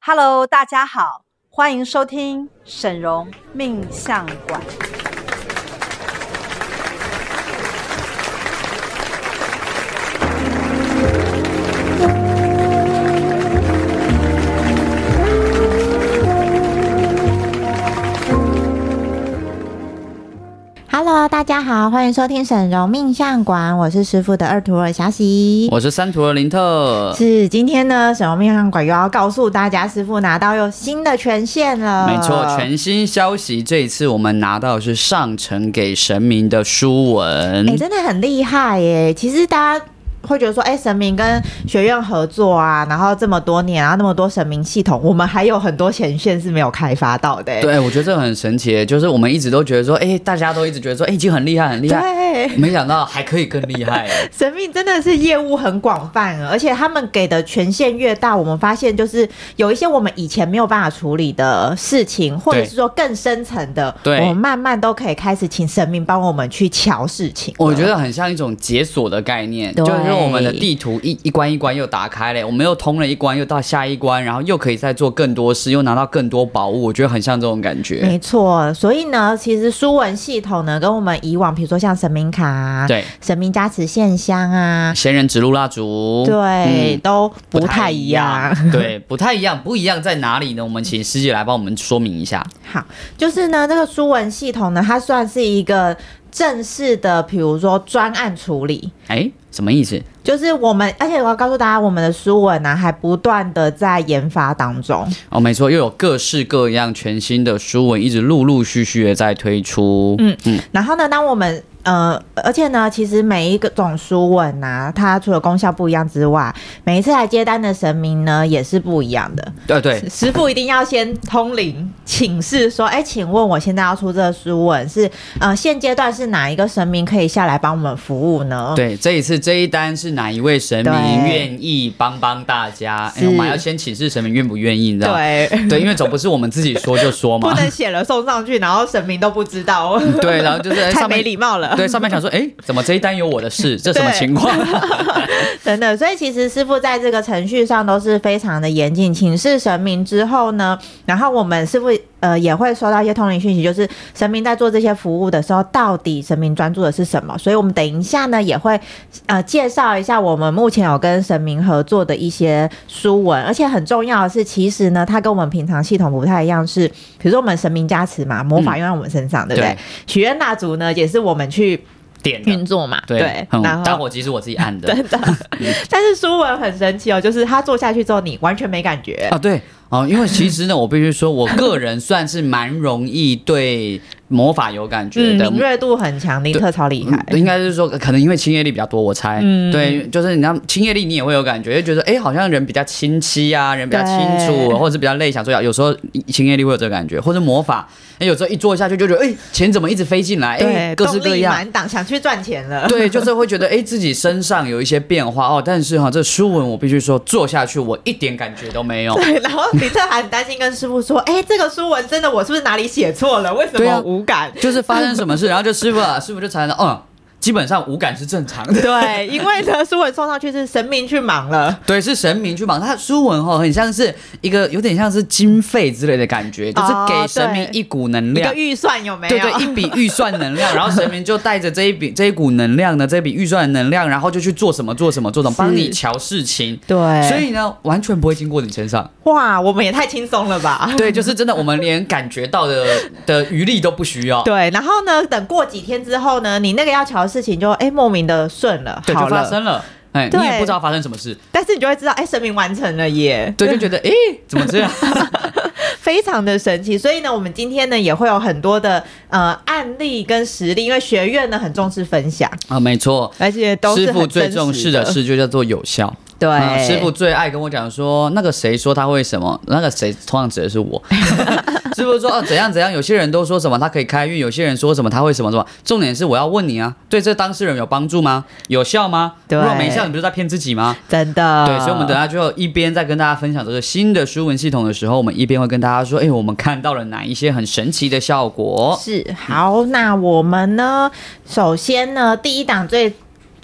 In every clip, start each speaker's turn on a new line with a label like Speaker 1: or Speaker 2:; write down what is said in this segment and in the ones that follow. Speaker 1: Hello，大家好，欢迎收听沈荣命相馆。
Speaker 2: Hello，大家好，欢迎收听沈荣命相馆，我是师傅的二徒儿小喜。
Speaker 3: 我是三图的林特，
Speaker 2: 是今天呢，沈荣命相馆又要告诉大家，师傅拿到有新的权限了。
Speaker 3: 没错，全新消息，这一次我们拿到的是上呈给神明的书文
Speaker 2: 哎、，真的很厉害耶！其实大家。会觉得说，哎、神明跟学院合作啊，然后这么多年，然后那么多神明系统，我们还有很多前线是没有开发到的、哎，
Speaker 3: 对我觉得这很神奇，就是我们一直都觉得说，哎、大家都一直觉得说，哎、已经很厉害，很厉害，
Speaker 2: 对，
Speaker 3: 没想到还可以更 厉害。
Speaker 2: 神明真的是业务很广泛啊，而且他们给的权限越大，我们发现就是有一些我们以前没有办法处理的事情，或者是说更深层的，
Speaker 3: 对
Speaker 2: 我们慢慢都可以开始请神明帮我们去瞧事情了。
Speaker 3: 我觉得很像一种解锁的概念，
Speaker 2: 对
Speaker 3: 就是我们的地图一一关一关又打开了，我们又通了一关，又到下一关，然后又可以再做更多事，又拿到更多宝物，我觉得很像这种感觉。
Speaker 2: 没错，所以呢，其实书文系统呢，跟我们以往比如说像神明卡、啊、
Speaker 3: 对，
Speaker 2: 神明加持线香啊，
Speaker 3: 仙人指路蜡烛，
Speaker 2: 对，
Speaker 3: 嗯
Speaker 2: 都不太一样。
Speaker 3: 对，不太一样，不一样在哪里呢？我们请师姐来帮我们说明一下。
Speaker 2: 好，就是呢，这个书文系统呢，它算是一个正式的，比如说专案处理。
Speaker 3: 哎，什么意思？
Speaker 2: 就是我们，而且我要告诉大家，我们的书文呢、还不断的在研发当中。
Speaker 3: 哦，没错，又有各式各样全新的书文，一直陆陆续续的在推出。
Speaker 2: 嗯然后呢，当我们呃，而且呢，其实每一个种书文呐、它除了功效不一样之外，每一次来接单的神明呢也是不一样的。
Speaker 3: 对呃对，
Speaker 2: 师傅一定要先通灵请示说，哎、请问我现在要出这个书文是呃现阶段是哪一个神明可以下来帮我们服务呢？
Speaker 3: 对，这一次这一单是哪一位神明
Speaker 2: 对
Speaker 3: 愿意帮帮大家？哎，
Speaker 2: 是
Speaker 3: 我们还要先请示神明愿不愿意，你知道吗？
Speaker 2: 对，
Speaker 3: 对，因为总不是我们自己说就 说
Speaker 2: 不
Speaker 3: 嘛。
Speaker 2: 能写了送上去，然后神明都不知道，
Speaker 3: 对，然后就是哎
Speaker 2: 太
Speaker 3: 上
Speaker 2: 没
Speaker 3: 面
Speaker 2: 礼貌了。
Speaker 3: 对上面想说，哎，怎么这一单有我的事？这什么
Speaker 2: 对
Speaker 3: 情况？
Speaker 2: 等等，所以其实师傅在这个程序上都是非常的严谨。请示神明之后呢，然后我们师傅呃也会收到一些通灵讯息，就是神明在做这些服务的时候，到底神明专注的是什么？所以我们等一下呢也会呃介绍一下我们目前有跟神明合作的一些书文，而且很重要的是，其实呢它跟我们平常系统不太一样是，比如说我们神明加持嘛，魔法用在我们身上，对不对
Speaker 3: 对？
Speaker 2: 许愿蜡烛呢也是我们去
Speaker 3: 点了
Speaker 2: 运作嘛，
Speaker 3: 对，嗯
Speaker 2: 然后
Speaker 3: 但我其实我自己按的。
Speaker 2: 真 的。但是舒文很神奇哦，就是他坐下去之后，你完全没感觉。嗯
Speaker 3: 啊，对哦，因为其实呢，我必须说，我个人算是蛮容易对魔法有感觉
Speaker 2: 嗯，
Speaker 3: 的。
Speaker 2: 敏锐度很强，林特超厉害。
Speaker 3: 嗯应该是说，可能因为亲业力比较多，我猜。
Speaker 2: 嗯
Speaker 3: 对，就是你知道亲业力，你也会有感觉，就觉得哎、好像人比较清晰啊，人比较清
Speaker 2: 对
Speaker 3: 楚，或者是比较累，想睡觉。有时候亲业力会有这个感觉，或者魔法，哎、有时候一坐下去就觉得，哎、钱怎么一直飞进来？哎、
Speaker 2: 对，
Speaker 3: 各
Speaker 2: 动
Speaker 3: 式各
Speaker 2: 力
Speaker 3: 样。
Speaker 2: 满档，想去赚钱了。
Speaker 3: 对，就是会觉得哎、自己身上有一些变化哦。但是哈、这书文我必须说，坐下去我一点感觉都没有。
Speaker 2: 对，然后林特还很担心，跟师傅说：“哎、这个书文真的，我是不是哪里写错了？为什
Speaker 3: 对
Speaker 2: 么
Speaker 3: 啊
Speaker 2: 无感？”
Speaker 3: 就是发 生什么事，然后就师傅啊，师傅就传了，嗯，基本上无感是正常的。
Speaker 2: 对，因为呢，书文送上去是神明去忙了。
Speaker 3: 对，是神明去忙。他书文哦，很像是一个有点像是经费之类的感觉，就是
Speaker 2: 哦
Speaker 3: 给神明
Speaker 2: 对
Speaker 3: 一股能
Speaker 2: 你的
Speaker 3: 量。
Speaker 2: 预算有没有？
Speaker 3: 对对，一笔预算能 量，然后神明就带着这一笔这一股能量呢，这笔预算能量，然后就去做什么做什么做什么，帮你瞧事情。
Speaker 2: 对
Speaker 3: 所以呢，完全不会经过你身上。
Speaker 2: 哇，我们也太轻松了吧？
Speaker 3: 对，就是真的，我们连感觉到的的余力都不需要。
Speaker 2: 对，然后呢，等过几天之后呢，你那个要瞧的事情就哎、莫名的顺了，
Speaker 3: 对，
Speaker 2: 好
Speaker 3: 就发
Speaker 2: 了。
Speaker 3: 生了。哎，你
Speaker 2: 对
Speaker 3: 也不知道发生什么事。
Speaker 2: 但是你就会知道，哎、神明完成了耶，
Speaker 3: 对，就觉得哎，怎么这样？
Speaker 2: 非常的神奇。所以呢，我们今天呢也会有很多的呃案例跟实例，因为学院呢很重视分享，
Speaker 3: 啊，没错，
Speaker 2: 而且都是
Speaker 3: 师傅
Speaker 2: 很
Speaker 3: 最
Speaker 2: 真
Speaker 3: 重视
Speaker 2: 实
Speaker 3: 的，事就叫做有效。
Speaker 2: 对，
Speaker 3: 嗯师傅最爱跟我讲说，那个谁说他会什么，那个谁通常指的是我。 师傅说哦怎样怎样，有些人都说什么他可以开运，有些人说什么他会什么什么。重点是我要问你啊，对这当事人有帮助吗？有效吗？
Speaker 2: 对啊
Speaker 3: 如果没效，你不是在骗自己吗？
Speaker 2: 真的，
Speaker 3: 对，所以我们等下就一边在跟大家分享这个新的书文系统的时候，我们一边会跟大家说，哎、我们看到了哪一些很神奇的效果。
Speaker 2: 是好，那我们呢，首先呢，第一档最。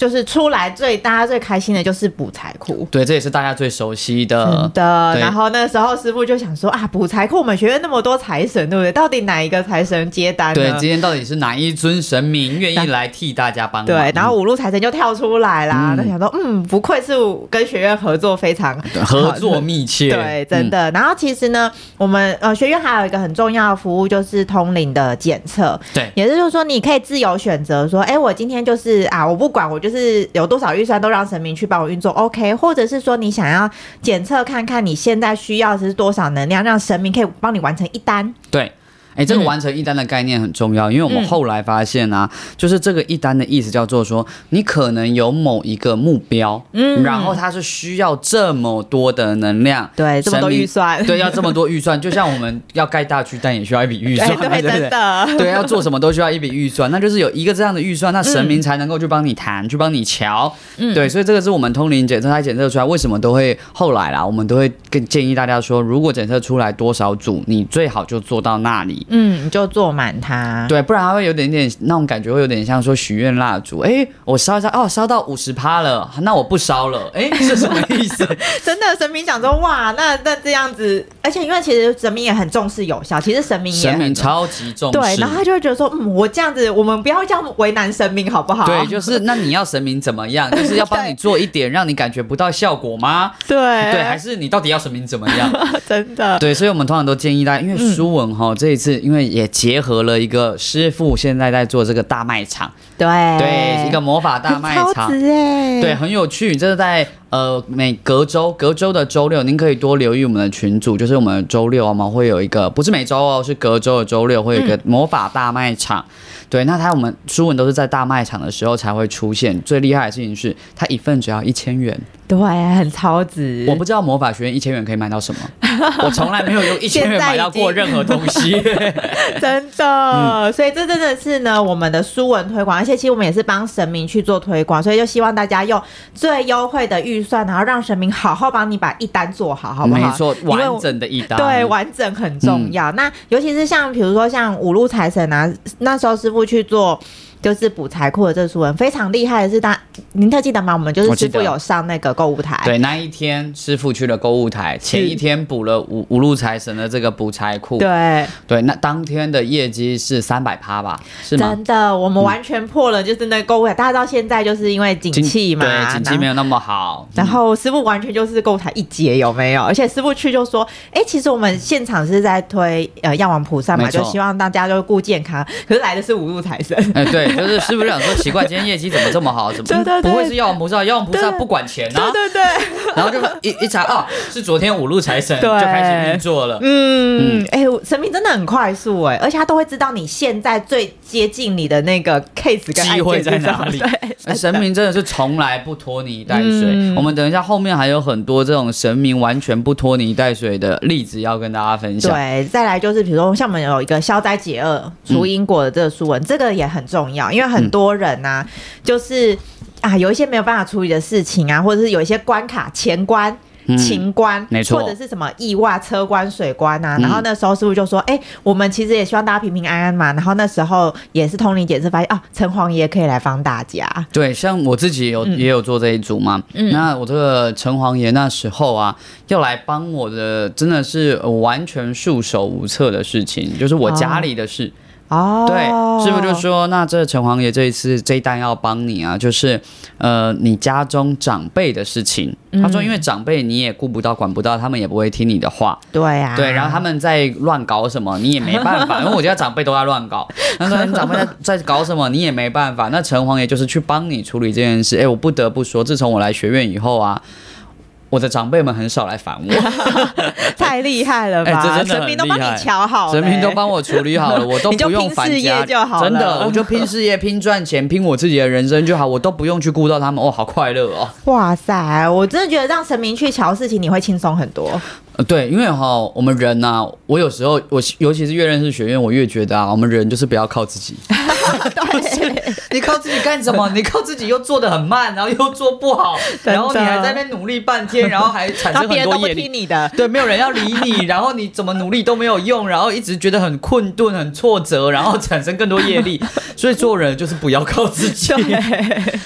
Speaker 2: 就是出来最大家最开心的就是补财库。
Speaker 3: 对，这也是大家最熟悉的
Speaker 2: 真。的，
Speaker 3: 呃对
Speaker 2: 然后那时候师傅就想说啊，补财库我们学院那么多财神，对不对？到底哪一个财神接单呢？
Speaker 3: 对，今天到底是哪一尊神明愿意来替大家帮忙？
Speaker 2: 对，然后五路财神就跳出来啦，
Speaker 3: 嗯
Speaker 2: 他、想说，嗯，不愧是跟学院合作非常
Speaker 3: 嗯合作密切，
Speaker 2: 对，真
Speaker 3: 嗯。
Speaker 2: 的。然后其实呢，我们呃学院还有一个很重要的服务就是通灵的检测，
Speaker 3: 对，
Speaker 2: 也就是说你可以自由选择说，哎，我今天就是啊，我不管，我就是有多少预算都让神明去帮我运作，OK，或者是说你想要检测看看你现在需要的是多少能量，让神明可以帮你完成一单。
Speaker 3: 对。哎，这个
Speaker 2: 嗯
Speaker 3: 完成一单的概念很重要，因为我们
Speaker 2: 嗯
Speaker 3: 后来发现啊，就是这个一单的意思叫做说，你可能有某一个目标，
Speaker 2: 嗯
Speaker 3: 然后它是需要这么多的能量，
Speaker 2: 对，这么多
Speaker 3: 神明
Speaker 2: 预算，
Speaker 3: 对，要这么多预算，就像我们要盖大巨蛋也需要一笔预算，
Speaker 2: 哎 对，
Speaker 3: 不
Speaker 2: 真的。
Speaker 3: 对，要做什么都需要一笔预算，那就是有一个这样的预算，那神明才能够去帮你谈，去帮你瞧。对，所以这个是我们通灵检测，它检测出来为什么都会后来啦，我们都会更建议大家说，如果检测出来多少组，你最好就做到那里。
Speaker 2: 嗯，你就做满它。
Speaker 3: 对，不然它会有点点那种感觉，会有点像说许愿蜡烛。哎，我烧一烧，哦，烧到五十趴了，那我不烧了。哎，是什么意 思？
Speaker 2: 真的，神明想说哇，那那这样子，而且因为其实神明也很重视有效，其实神明也
Speaker 3: 神明
Speaker 2: 很
Speaker 3: 超级重
Speaker 2: 对，
Speaker 3: 视
Speaker 2: 然。后他就会觉得说，嗯，我这样子，我们不要这样为难神明，好不好？
Speaker 3: 对，就是那你要神明怎么样？就是要 帮你做一点让你感觉不到效果吗？
Speaker 2: 对
Speaker 3: 对，还是你到底要神明怎么样？
Speaker 2: 真的，
Speaker 3: 对，所以我们通常都建议大家，因为舒文哈、这一次，因为也结合了一个师傅现在在做这个大卖场，
Speaker 2: 对
Speaker 3: 对，一个魔法大卖
Speaker 2: 很超
Speaker 3: 场，
Speaker 2: 值哎，
Speaker 3: 对，，很有趣。这是在呃每隔周隔周的周六，您可以多留意我们的群组，就是我们周六我们会有一个，不是每周哦，是隔周的周六会有一个魔法大卖场。嗯对，那它我们舒文都是在大卖场的时候才会出现。最厉害的事情是，它一份只要一千元。
Speaker 2: 对，很超值。
Speaker 3: 我不知道魔法学院一千元可以买到什么， 我从来没有用一
Speaker 2: 现
Speaker 3: 千
Speaker 2: 在
Speaker 3: 元买到过
Speaker 2: 已经
Speaker 3: 任何东西。
Speaker 2: 真的，
Speaker 3: 嗯
Speaker 2: 所以这真的是呢我们的书文推广，而且其实我们也是帮神明去做推广，所以就希望大家用最优惠的预算，然后让神明好好帮你把一单做 好，好不好？
Speaker 3: 没错，
Speaker 2: 为我
Speaker 3: 完整的一单。
Speaker 2: 对，完整很重
Speaker 3: 嗯
Speaker 2: 要。那尤其是像比如说像五路财神啊，那时候师傅去做。就是补财库的这书文非常厉害的是他，您特记得吗？我们就是
Speaker 3: 我记
Speaker 2: 师傅
Speaker 3: 得
Speaker 2: 有上那个购物台，
Speaker 3: 对那一天，师傅去了购物台，前一天补了五五路财神的这个补财
Speaker 2: 嗯
Speaker 3: 库。
Speaker 2: 对
Speaker 3: 对那当天的业绩是三百趴吧？是吗？
Speaker 2: 真的，我们完全破了，就是那个购物台，大家到现在就是因为景
Speaker 3: 经
Speaker 2: 气嘛，
Speaker 3: 对，景气没有那么好。
Speaker 2: 然后师傅完全就是购物台一节有没有？而且师傅去就说：“哎、其实我们现场是在推呃药王菩萨嘛，
Speaker 3: 没错
Speaker 2: 就希望大家就顾健康。可是来的是五路财神，
Speaker 3: 哎、对，就是师傅就想说，奇怪，今天业绩怎么这 么好？怎么
Speaker 2: 对对对
Speaker 3: 不会是药王菩萨？药王菩萨
Speaker 2: 对
Speaker 3: 不管钱 啊
Speaker 2: 对？对对，
Speaker 3: 然后就一一查啊，是昨天五路财神就
Speaker 2: 对
Speaker 3: 开始运作了。
Speaker 2: 嗯，哎、神明真的很快速哎、而且他都会知道你现在最接近你的那个 case 跟案件
Speaker 3: 机会在
Speaker 2: 是什
Speaker 3: 哪
Speaker 2: 么
Speaker 3: 里
Speaker 2: 对，
Speaker 3: 哎神明真的是从来不拖泥带水。
Speaker 2: 嗯
Speaker 3: 我们等一下后面还有很多这种神明完全不拖泥带水的例子要跟大家分享。
Speaker 2: 对，再来就是比如说像我们有一个消灾解厄、除因果的这个书文，这个也很重要，因为很多人呐、就是啊有一些没有办法处理的事情啊，或者是有一些关卡前关。
Speaker 3: 嗯
Speaker 2: 情关，
Speaker 3: 没错
Speaker 2: 或者是什么意外、车关、水关啊。
Speaker 3: 嗯
Speaker 2: 然后那时候师傅就说：“哎、我们其实也希望大家平平安安嘛。”然后那时候也是通灵解释发现啊，城隍爷可以来帮大家。
Speaker 3: 对，像我自己有、也有做这一组嘛。
Speaker 2: 嗯
Speaker 3: 那我这个城隍爷那时候啊，要来帮我的，真的是完全束手无策的事情，就是我家里的事。
Speaker 2: 哦，
Speaker 3: 对，师傅就说：“那这城隍爷这一次这一单要帮你啊，就是呃，你家中长辈的事情。
Speaker 2: 嗯
Speaker 3: 他说，因为长辈你也顾不到、管不到，他们也不会听你的话。
Speaker 2: 对啊，
Speaker 3: 对，哎然后他们在乱搞什么，你也没 办法，因为我家长辈都在乱搞。他说嗯你长辈在在搞什么，你也没办法。那城隍爷就是去帮你处理这件事。哎，我不得不说，自从我来学院以后啊。”我的长辈们很少来烦我，
Speaker 2: 太厉害了吧？
Speaker 3: 哎这真的很
Speaker 2: 神明都帮你
Speaker 3: 厉害
Speaker 2: 瞧好了、欸
Speaker 3: 神明都帮我处 理好了，我都
Speaker 2: 你就
Speaker 3: 不用
Speaker 2: 拼
Speaker 3: 烦
Speaker 2: 事业
Speaker 3: 家
Speaker 2: 就好
Speaker 3: 真
Speaker 2: 了
Speaker 3: 的，我就拼事业、拼赚钱、拼我自己的人生就好，我都不用去顾到他们，哦，好快乐哦。
Speaker 2: 哇塞，我真的觉得让神明去瞧事情，你会轻松很多。
Speaker 3: 呃，对，因为哈、我啊们人呐、我有时候我尤其是越认识学院，我越觉得啊，我们人就是不要靠自己，
Speaker 2: 对，
Speaker 3: 你靠自己干什么？ 你靠自己又做的很慢，然后又做不好，
Speaker 2: 的
Speaker 3: 然后你还在那边努力半天，然后还产
Speaker 2: 然
Speaker 3: 生
Speaker 2: 后别
Speaker 3: 很
Speaker 2: 人
Speaker 3: 多
Speaker 2: 都不
Speaker 3: 业力
Speaker 2: 听。你 的，
Speaker 3: 对，没有人要理你，然后你怎么努力都没有用，然后一直觉得很困顿、很挫折，然后产生更多业 力。所以做人就是不要靠自 己。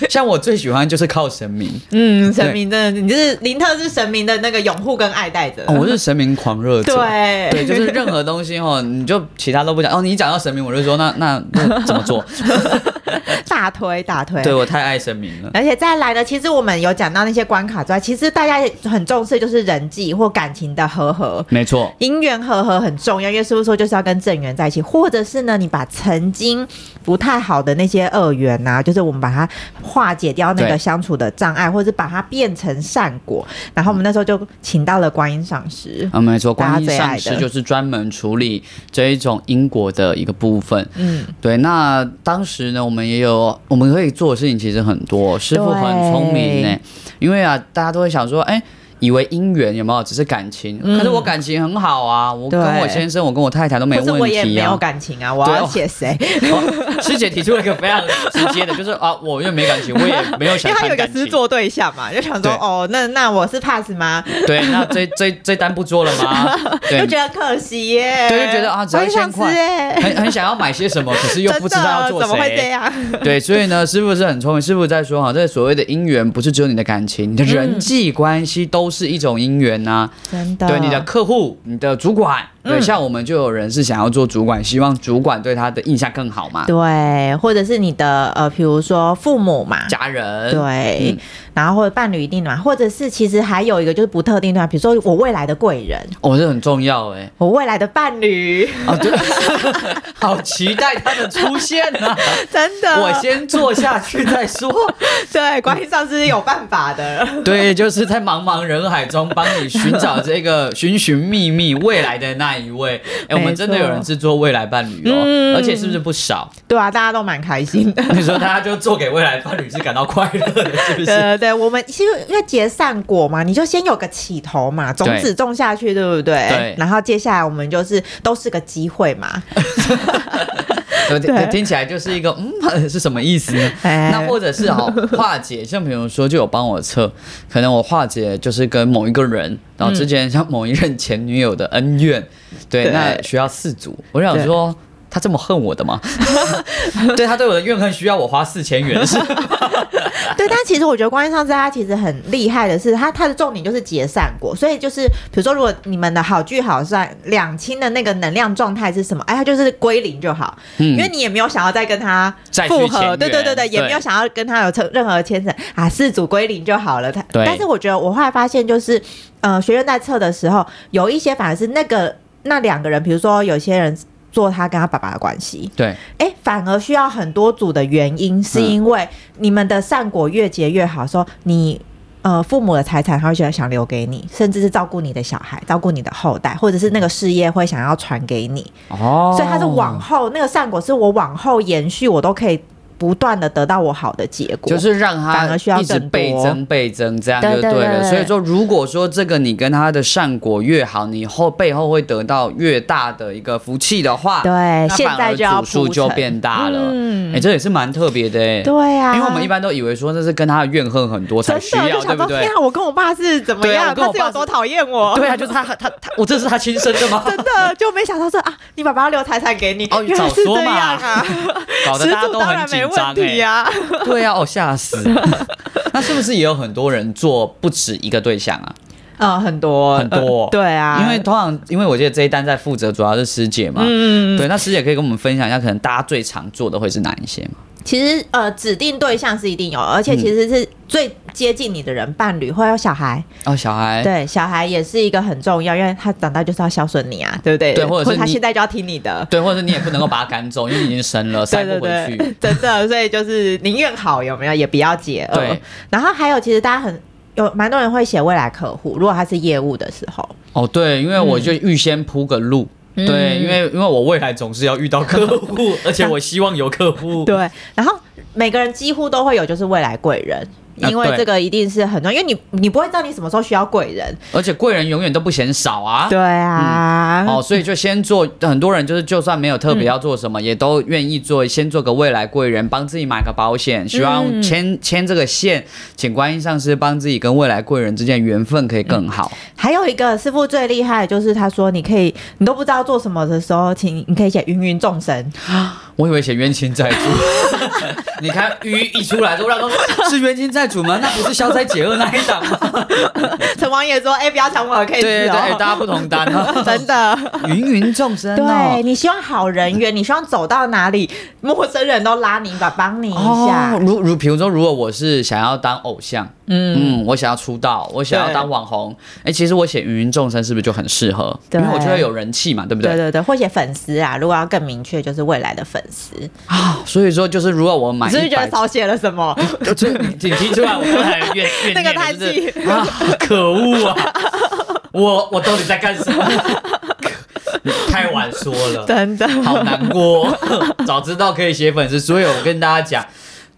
Speaker 3: 像我最喜欢就是靠神明，
Speaker 2: 嗯，神明真的，你就是林特是神明的那个拥护跟爱戴者，
Speaker 3: 哦、我是神明狂热者。
Speaker 2: 对
Speaker 3: 对，就是任何东西哦，你就其他都不讲哦。你一讲到神明，我就说那那那怎么 做？
Speaker 2: 大推大推，
Speaker 3: 对我太爱神明了。
Speaker 2: 而且再来呢，其实我们有讲到那些关卡之外，其实大家也很重视就是人际或感情的和和。
Speaker 3: 没错，
Speaker 2: 姻缘和合很重要，因为师傅说就是要跟正缘在一起，或者是呢，你把曾经不太好的那些恶缘呐、就是我们把它化解掉那个
Speaker 3: 对
Speaker 2: 相处的障碍，或者是把它变成善果。然后我们那时候就请到了观音上师，
Speaker 3: 啊，没错，
Speaker 2: 大家
Speaker 3: 观音
Speaker 2: 最爱
Speaker 3: 上
Speaker 2: 的
Speaker 3: 师就是专门处理这一种因果的一个部分。
Speaker 2: 嗯，
Speaker 3: 对，那当时呢，我们也有我们可以做的事情其实很多，师傅很聪明呢，因为啊，大家都会想说，哎、以为姻缘有没有只是感情？
Speaker 2: 嗯
Speaker 3: 可是我感情很好啊，我跟
Speaker 2: 对
Speaker 3: 我先生，我跟我太太都没
Speaker 2: 或是
Speaker 3: 问
Speaker 2: 我也
Speaker 3: 题
Speaker 2: 没
Speaker 3: 啊
Speaker 2: 有。感情啊，我
Speaker 3: 对
Speaker 2: 要
Speaker 3: 哦
Speaker 2: 写谁？
Speaker 3: 哦师姐提出了一个非常直接的，就是啊，我又没感情，我也没有
Speaker 2: 因
Speaker 3: 想
Speaker 2: 为他有
Speaker 3: 谈
Speaker 2: 一个
Speaker 3: 感
Speaker 2: 诗
Speaker 3: 情。
Speaker 2: 作对象嘛，就想说
Speaker 3: 对
Speaker 2: 哦，那那我是 pass 吗？
Speaker 3: 对，那这这这单不做了吗？
Speaker 2: 就
Speaker 3: 对，
Speaker 2: 觉得可惜耶，
Speaker 3: 对就觉得啊只要
Speaker 2: 我也想
Speaker 3: 1000块
Speaker 2: 吃耶
Speaker 3: 很很想要买些什么，可是又不知道要
Speaker 2: 真的
Speaker 3: 做
Speaker 2: 怎么会这
Speaker 3: 谁。
Speaker 2: 样？
Speaker 3: 对，所以呢，师傅是很聪明。师傅在说哈，这所谓的姻缘，不是只有你的感情，你的人际关系都是一种姻缘呐、
Speaker 2: 真的
Speaker 3: 对，你的客户、你的主管，对，像我们就有人是想要做主管，希望主管对他的印象更好嘛。
Speaker 2: 对，或者是你的呃，比如说父母嘛，
Speaker 3: 家人，
Speaker 2: 对，
Speaker 3: 嗯
Speaker 2: 然后或者伴侣一定嘛，或者是其实还有一个就是不特定对象，比如说我未来的贵 人，
Speaker 3: 哦，这很重要 哎。
Speaker 2: 我未来的伴侣，
Speaker 3: 哦，对， 好期待他的出现啊！
Speaker 2: 真的，
Speaker 3: 我先做下去再说。
Speaker 2: 对关系上是有办法 的，
Speaker 3: 对，就是在茫茫人海中帮你寻找这个 寻寻觅觅未来的那一位。哎，我
Speaker 2: 没
Speaker 3: 们真的有人
Speaker 2: 错
Speaker 3: 制作未来伴侣
Speaker 2: 嗯
Speaker 3: 哦，而且是不是不少？
Speaker 2: 对啊，大家都蛮开心的。
Speaker 3: 你说大家就做给未来伴侣是感到快乐的，是
Speaker 2: 对
Speaker 3: 不是？
Speaker 2: 对对，我们其实因为结善果嘛，你就先有个起头嘛，种
Speaker 3: 对
Speaker 2: 子种下去，对不对？
Speaker 3: 对
Speaker 2: 然后接下来我们就是都是个机会嘛，
Speaker 3: 对
Speaker 2: 对
Speaker 3: 对，呃听起来就是一个嗯 是什么意思呢？
Speaker 2: 哎
Speaker 3: 那或者是 哦化解，像比如说就有帮我测，可能我化解就是跟某一个人，然后之前像某一任前女友的恩怨，对，
Speaker 2: 对
Speaker 3: 那需要四组，我想说。他这么恨我的吗？ 对他对我的怨恨需要我花四 千元是
Speaker 2: 对，但其实我觉得观音上师他其实很厉害的是，他他的重点就是结善果，所以就是比如说，如果你们的好聚好散、两清的那个能量状态是什么？哎，他就是归零就好，
Speaker 3: 嗯
Speaker 2: 因为你也没有想要再跟他
Speaker 3: 再去
Speaker 2: 复
Speaker 3: 前
Speaker 2: 合，
Speaker 3: 缘
Speaker 2: 对对对对，也
Speaker 3: 对
Speaker 2: 没有想要跟他有成任何牵扯啊，四组归零就好了。他，
Speaker 3: 对
Speaker 2: 但是我觉得我后来发现就是，呃，学院在测的时候，有一些反而是那个那两个人，比如说有些人做他跟他爸爸的关系，
Speaker 3: 对，
Speaker 2: 哎，反而需要很多组的原因，
Speaker 3: 嗯
Speaker 2: 是因为你们的善果越结越好，说你呃父母的财产他会觉得想留给你，甚至是照顾你的小孩，照顾你的后代，或者是那个事业会想要传给你，
Speaker 3: 哦
Speaker 2: 所以它是往后那个善果是我往后延续，我都可以不断的得到我好的结果，
Speaker 3: 就是让
Speaker 2: 反而需要
Speaker 3: 他一直
Speaker 2: 更多
Speaker 3: 倍增倍增，这样就
Speaker 2: 对对对
Speaker 3: 了。
Speaker 2: 对
Speaker 3: 所以说，如果说这个你跟他的善果越好，你后背后会得到越大的一个福气的话，
Speaker 2: 对，
Speaker 3: 那
Speaker 2: 现
Speaker 3: 反
Speaker 2: 在
Speaker 3: 而
Speaker 2: 就要
Speaker 3: 组数就
Speaker 2: 铺陈
Speaker 3: 变大了。哎、
Speaker 2: 嗯，
Speaker 3: 这也是蛮特别的哎、
Speaker 2: 对啊，
Speaker 3: 因为我们一。般都以为说这是跟他的怨恨很多
Speaker 2: 真的
Speaker 3: 才需
Speaker 2: 就
Speaker 3: 要，对
Speaker 2: 想
Speaker 3: 不
Speaker 2: 说，
Speaker 3: 对
Speaker 2: 天？啊，我跟我爸是怎么
Speaker 3: 对啊
Speaker 2: 样？
Speaker 3: 我跟
Speaker 2: 他
Speaker 3: 我
Speaker 2: 是有
Speaker 3: 爸是
Speaker 2: 多讨厌我？
Speaker 3: 对啊，就是他他他，我这是他亲生的 吗？
Speaker 2: 真的就没想到说啊，你爸爸要留财产给你，
Speaker 3: 哦
Speaker 2: 原来是
Speaker 3: 早
Speaker 2: 这
Speaker 3: 说嘛
Speaker 2: 样啊，
Speaker 3: 搞得
Speaker 2: 十
Speaker 3: 大家
Speaker 2: 足
Speaker 3: 都
Speaker 2: 当
Speaker 3: 很
Speaker 2: 然没
Speaker 3: 紧张
Speaker 2: 问
Speaker 3: 哎
Speaker 2: 题、啊。
Speaker 3: 对啊，哦，吓死！ 那是不是也有很多人做不止一个对象啊？
Speaker 2: 嗯，很多
Speaker 3: 很多
Speaker 2: 呃对啊，
Speaker 3: 因为通常，因为我记得这一单在负责主要是师姐嘛，
Speaker 2: 嗯，
Speaker 3: 对，那师姐可以跟我们分享一下，可能大家最常做的会是哪一些吗？
Speaker 2: 其实呃，指定对象是一定有，而
Speaker 3: 嗯
Speaker 2: 且其实是最接近你的人，伴侣或者小孩，
Speaker 3: 哦，小孩，
Speaker 2: 对，小孩也是一个很重要，因为他长大就是要孝顺你啊，对不对？
Speaker 3: 对或者是
Speaker 2: 他
Speaker 3: 你
Speaker 2: 现在就要听你的。
Speaker 3: 对，或者是你也不能够把他 赶走，因为你已经生了，塞
Speaker 2: 对
Speaker 3: 不
Speaker 2: 对
Speaker 3: 回去。
Speaker 2: 对， 真的，所以就是宁愿好有没有，也不要解恶
Speaker 3: 对。
Speaker 2: 然后还有，其实大家很有蛮多人会写未来客户，如果他是业务的时候，
Speaker 3: 哦，对，因为我就预先铺个路。
Speaker 2: 嗯
Speaker 3: 对，因为因为我未来总是要遇到客 户，而且我希望有客户。
Speaker 2: 对，然后每个人几乎都会有就是未来贵人，
Speaker 3: 啊
Speaker 2: 因为
Speaker 3: 对
Speaker 2: 这个一定是很重要，因为你你不会知道你什么时候需要贵人，
Speaker 3: 而且贵人永远都不嫌少啊。
Speaker 2: 对啊，
Speaker 3: 哦，所以就先做，很多人就是就算没有特别要做什么，也都愿意做，先做个未来贵人，帮自己买个保险，希
Speaker 2: 嗯
Speaker 3: 望牵牵这个线，请观音上师帮自己跟未来贵人之间的缘分可以更好。
Speaker 2: 还有一个师傅最厉害，就是他说你可以，你都不知道做什么的时候，请你可以写芸芸众 生，
Speaker 3: 我以为写冤亲债主， 你看鱼一出来就让说是冤亲债主吗？那不是消灾解厄那一 档
Speaker 2: 哎
Speaker 3: 吗？
Speaker 2: 哦陈王爷说：“哎、不要抢我的 case
Speaker 3: 对对对，哎
Speaker 2: 哦。
Speaker 3: 大家不同单哦
Speaker 2: 真的，
Speaker 3: 芸芸众生
Speaker 2: 对
Speaker 3: 哦。
Speaker 2: 你希望好人缘，你希望走到哪里，陌生人都拉你一把，帮你一下。
Speaker 3: 哦，如如，比如说，如果我是想要当偶像，嗯我想要出道，我想要当网红，哎、其实我写芸芸众生是不是就很适合？
Speaker 2: 对
Speaker 3: 因为我就会有人气嘛，对不对？
Speaker 2: 对对对，或写粉丝啊，如果要更明确，就是未来的粉丝。你
Speaker 3: 啊，所以说就是如果我买
Speaker 2: 是不是
Speaker 3: 啊一
Speaker 2: 觉
Speaker 3: 百
Speaker 2: 得少写了什 么？
Speaker 3: 这请提出来，我刚才怨 怨
Speaker 2: 那个
Speaker 3: 念了
Speaker 2: 叹
Speaker 3: 就是
Speaker 2: 气
Speaker 3: 啊，可恶啊！我我到底在干 什么？你太晚说了，
Speaker 2: 真的，
Speaker 3: 好难过 哦、早知道可以写粉丝，所以我跟大家讲，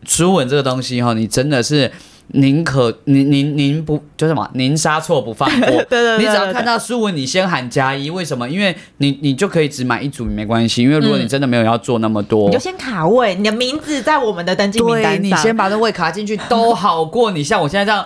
Speaker 3: 初吻这个东西哈，你真的是。宁可您您您不就什么？您杀错不放过。对
Speaker 2: 对对对
Speaker 3: 你只要看到书文，你先喊加一。为什么？因为你你就可以只买一组，没关系。因为如果你真的没有要做那么多，
Speaker 2: 嗯你就先卡位，你的名字在我们的登记名
Speaker 3: 哦对
Speaker 2: 单
Speaker 3: 你
Speaker 2: 上。
Speaker 3: 先把那胃卡进去都好过你像我现在这 样。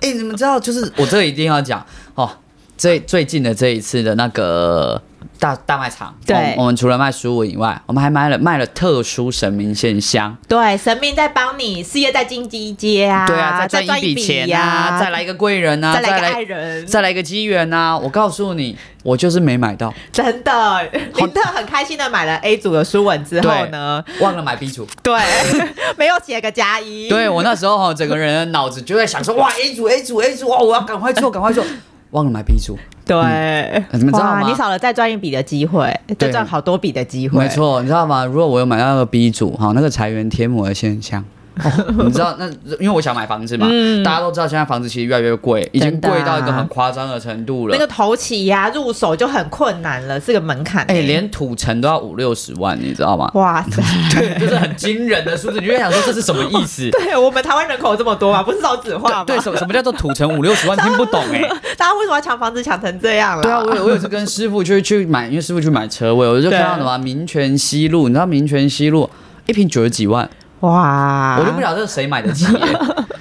Speaker 3: 哎、你们知道，就是我这一定要讲哦，最最近的这一次的那个大大卖场，
Speaker 2: 对
Speaker 3: 我们我们除了卖书文以外，我们还卖了卖了特殊神明现象，
Speaker 2: 对神明在帮你，事业在进阶阶啊，
Speaker 3: 对啊，再赚
Speaker 2: 赚
Speaker 3: 笔钱
Speaker 2: 呀、
Speaker 3: 啊，再来一个贵人啊，
Speaker 2: 再来一
Speaker 3: 再
Speaker 2: 个爱
Speaker 3: 来
Speaker 2: 人，
Speaker 3: 再来一个机缘啊！我告诉你，我就是没买 到，
Speaker 2: 真的，林特很开心的买了 A 组的书文之后呢，
Speaker 3: 忘了买 B 组。
Speaker 2: 对， 没有写个加一，
Speaker 3: 对我那时候哦哈，整个人的脑子就在想说，哇，A 组 A 组 A 组，哇，哦我要赶快做，赶快做，忘了买 B 组。
Speaker 2: 对，
Speaker 3: 嗯你们知道吗
Speaker 2: 哇你少了再赚一笔的机会，再
Speaker 3: 对
Speaker 2: 赚好多笔的机会，
Speaker 3: 没。错，你知道吗？如果我有买到那个 B 组，哈，那个裁员天魔的现 象。哦、你知道那，因为我想买房子嘛，大家都知道现在房子其实越来越贵，已经
Speaker 2: 真的
Speaker 3: 贵
Speaker 2: 啊
Speaker 3: 到一个很夸张的程度 了。
Speaker 2: 那个头起呀、入手就很困难了，是个门槛、？
Speaker 3: 哎、连土城都要五六十万，你知道 吗
Speaker 2: 哇塞，
Speaker 3: 对，就是很惊人的数字，你就会想说这是什么意思？
Speaker 2: 对我们台湾人口这么多啊嘛，不是少子化吗？
Speaker 3: 对，什么什么叫做土城五六 十万？听不懂哎、
Speaker 2: 大家为什么要抢房子抢成这样了？
Speaker 3: 对啊，我有我有次跟师傅去去买，因为师傅去买车位，我就看到什么民权西路，你知道民权西路一瓶九十几万，
Speaker 2: 哇，
Speaker 3: 我就不晓得谁买得 起、耶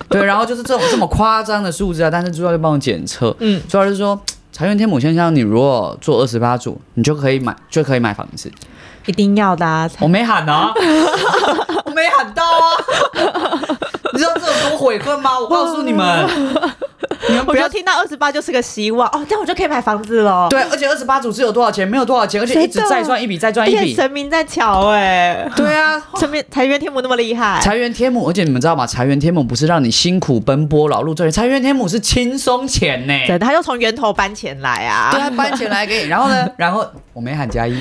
Speaker 3: 对，然后就是这种这么夸张的数字啊，但是朱教就帮我检测，嗯
Speaker 2: 嗯，
Speaker 3: 朱教就说。财源天母现象，你如果做二十八组，你就可以买，就可以买房 子。
Speaker 2: 一定要的、啊，
Speaker 3: 我没喊 啊，
Speaker 2: 我没喊到啊，
Speaker 3: 你知道这有多悔恨吗？我告诉你们，你们
Speaker 2: 我
Speaker 3: 不
Speaker 2: 就
Speaker 3: 要
Speaker 2: 听到二十八就是个希望哦，这样我就可以买房子了。
Speaker 3: 对，而啊且二十八组是有多少钱？没有多少钱，而且一直
Speaker 2: 谁懂啊
Speaker 3: 再赚一笔，再赚
Speaker 2: 而
Speaker 3: 一
Speaker 2: 且
Speaker 3: 笔。
Speaker 2: 神明在瞧哎、
Speaker 3: 对啊，
Speaker 2: 神明财源天母那么厉害，
Speaker 3: 财源天母，而且你们知道吗？财源天母不是让你辛苦奔波劳碌赚钱，财源天母是轻松钱呢、
Speaker 2: 真的他就从源头搬钱来啊。
Speaker 3: 对啊，搬钱来给你，然后呢， 然后我没喊加 一，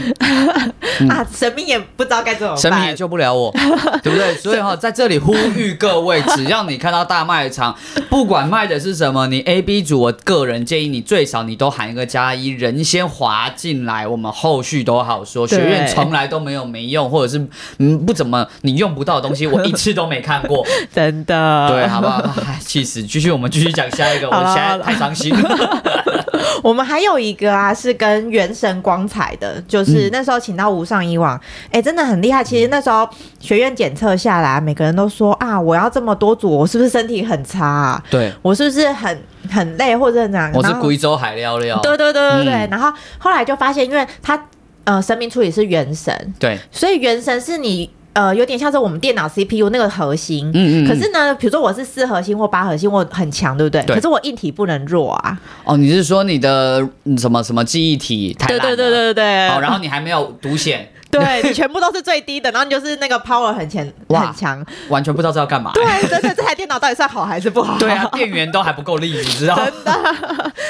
Speaker 2: 啊，神明也不知道该怎么办，
Speaker 3: 神明也救不了我， 对不对？所以哈、在这里呼吁各位，只要你看到大卖场，不管卖的是什么，你 A、B 组，我个人建议你最少你都喊一个加一，人先滑进来，我们后续都好说。学
Speaker 2: 对
Speaker 3: 院从来都没有没用，或者是嗯不怎么你用不到的东 西，我一次都没看 过。
Speaker 2: 真的。
Speaker 3: 对，好不好？哎气死！继续，我们继续讲下一个，我
Speaker 2: 好了
Speaker 3: 现在
Speaker 2: 好了
Speaker 3: 太伤心了。
Speaker 2: 我们还有一个啊，是跟元神光彩的，
Speaker 3: 嗯
Speaker 2: 就是那时候请到无上以往，哎、真的很厉害。其实那时候学院检测下来，每个人都说啊，我要这么多组，我是不是身体很差啊、
Speaker 3: 对，
Speaker 2: 我是不是很很累或者怎样？
Speaker 3: 我是
Speaker 2: 然后
Speaker 3: 贵州海料料。
Speaker 2: 对对对对对。
Speaker 3: 嗯
Speaker 2: 然后后来就发现，因为他呃，神明处理是元神，
Speaker 3: 对，
Speaker 2: 所以元神是你呃，有点像是我们电脑 CPU 那个核心。
Speaker 3: 嗯嗯嗯
Speaker 2: 可是呢，比如说我是四核心或八核心，我很强，对不对？
Speaker 3: 对
Speaker 2: 可是我硬体不能弱啊。
Speaker 3: 哦，你是说你的嗯什么什么记忆体太烂了？
Speaker 2: 对对
Speaker 3: 哦，然后你还没有独显，
Speaker 2: 对，你全部都是最低的，然后你就是那个 power 很强
Speaker 3: 哇
Speaker 2: 很强。
Speaker 3: 完全不知道这要干嘛。
Speaker 2: 对，啊真的这台电脑到底算好还是不好？
Speaker 3: 对啊，电源都还不够力，你知道？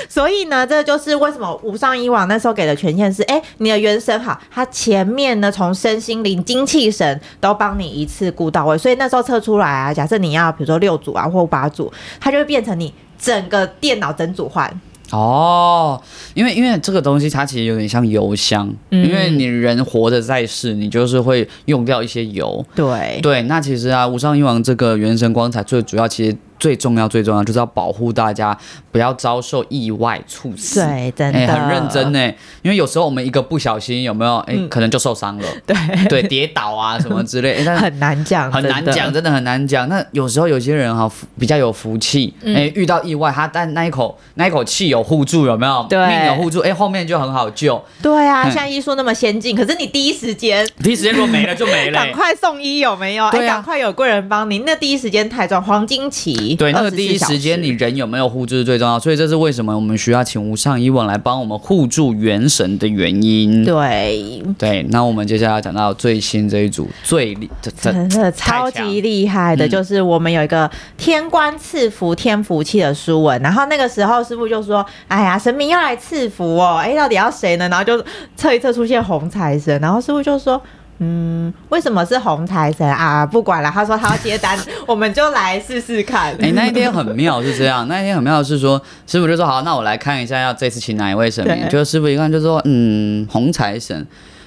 Speaker 2: 所以呢，这就是为什么无上以往那时候给的权限是，哎、你的元神好，它前面呢从身心灵、精气神都帮你一次顾到位，所以那时候测出来啊，假设你要比如说六组啊或八组，它就会变成你整个电脑整组换，
Speaker 3: 哦，因为因为这个东西它其实有点像油箱，
Speaker 2: 嗯
Speaker 3: 因为你人活着在世，你就是会用掉一些油。
Speaker 2: 对，
Speaker 3: 对，那其实啊，无上一王这个原神光彩最主要，其实最重要最重要就是要保护大家不要遭受意外猝死。
Speaker 2: 对，真的、
Speaker 3: 哎、很认真呢，因为有时候我们一个不小心，有没有？哎、可能就受伤了，
Speaker 2: 嗯 对，
Speaker 3: 对，跌倒啊什么之 类，哎、但
Speaker 2: 很难讲，
Speaker 3: 很难
Speaker 2: 真的
Speaker 3: 讲，真的很难讲。那有时候有些人哈、福比较有福气，哎、
Speaker 2: 嗯
Speaker 3: 遇到意外，他但那一口那一口气有护住，有没有？
Speaker 2: 对
Speaker 3: 命有护住，哎、后面就很好救。
Speaker 2: 对啊，
Speaker 3: 嗯
Speaker 2: 像医术那么先进，可是你第一时 间
Speaker 3: 第一时间如果没了就没了、
Speaker 2: 赶快送医有没有？哎、
Speaker 3: 对啊
Speaker 2: 赶快有贵人帮你，那第一时间太重，黄金期，
Speaker 3: 对，那个
Speaker 2: 24
Speaker 3: 第一时间你
Speaker 2: 小
Speaker 3: 人有没有护住是最重要，所以这是为什么我们需要请无上医王来帮我们护住元神的原因。
Speaker 2: 对，
Speaker 3: 对，那我们接下来讲到最新这一组最厉这 这
Speaker 2: 真的
Speaker 3: 太
Speaker 2: 超
Speaker 3: 强
Speaker 2: 级厉害的，
Speaker 3: 嗯
Speaker 2: 就是我们有一个天官赐福天福气的书文，然后那个时候师傅就说：“哎呀，神明要来赐福哦，哎，到底要谁呢？”然后就测一测出现红财神，然后师傅就说。嗯，为什么是红财神啊？不管了，他说他要接 单，我们就来试试看。
Speaker 3: 哎、那一天很妙是这样，那一天很妙是说，师傅就说好，那我来看一下要这次请哪一位神明。
Speaker 2: 对
Speaker 3: 就师傅一看就说，嗯，红财神。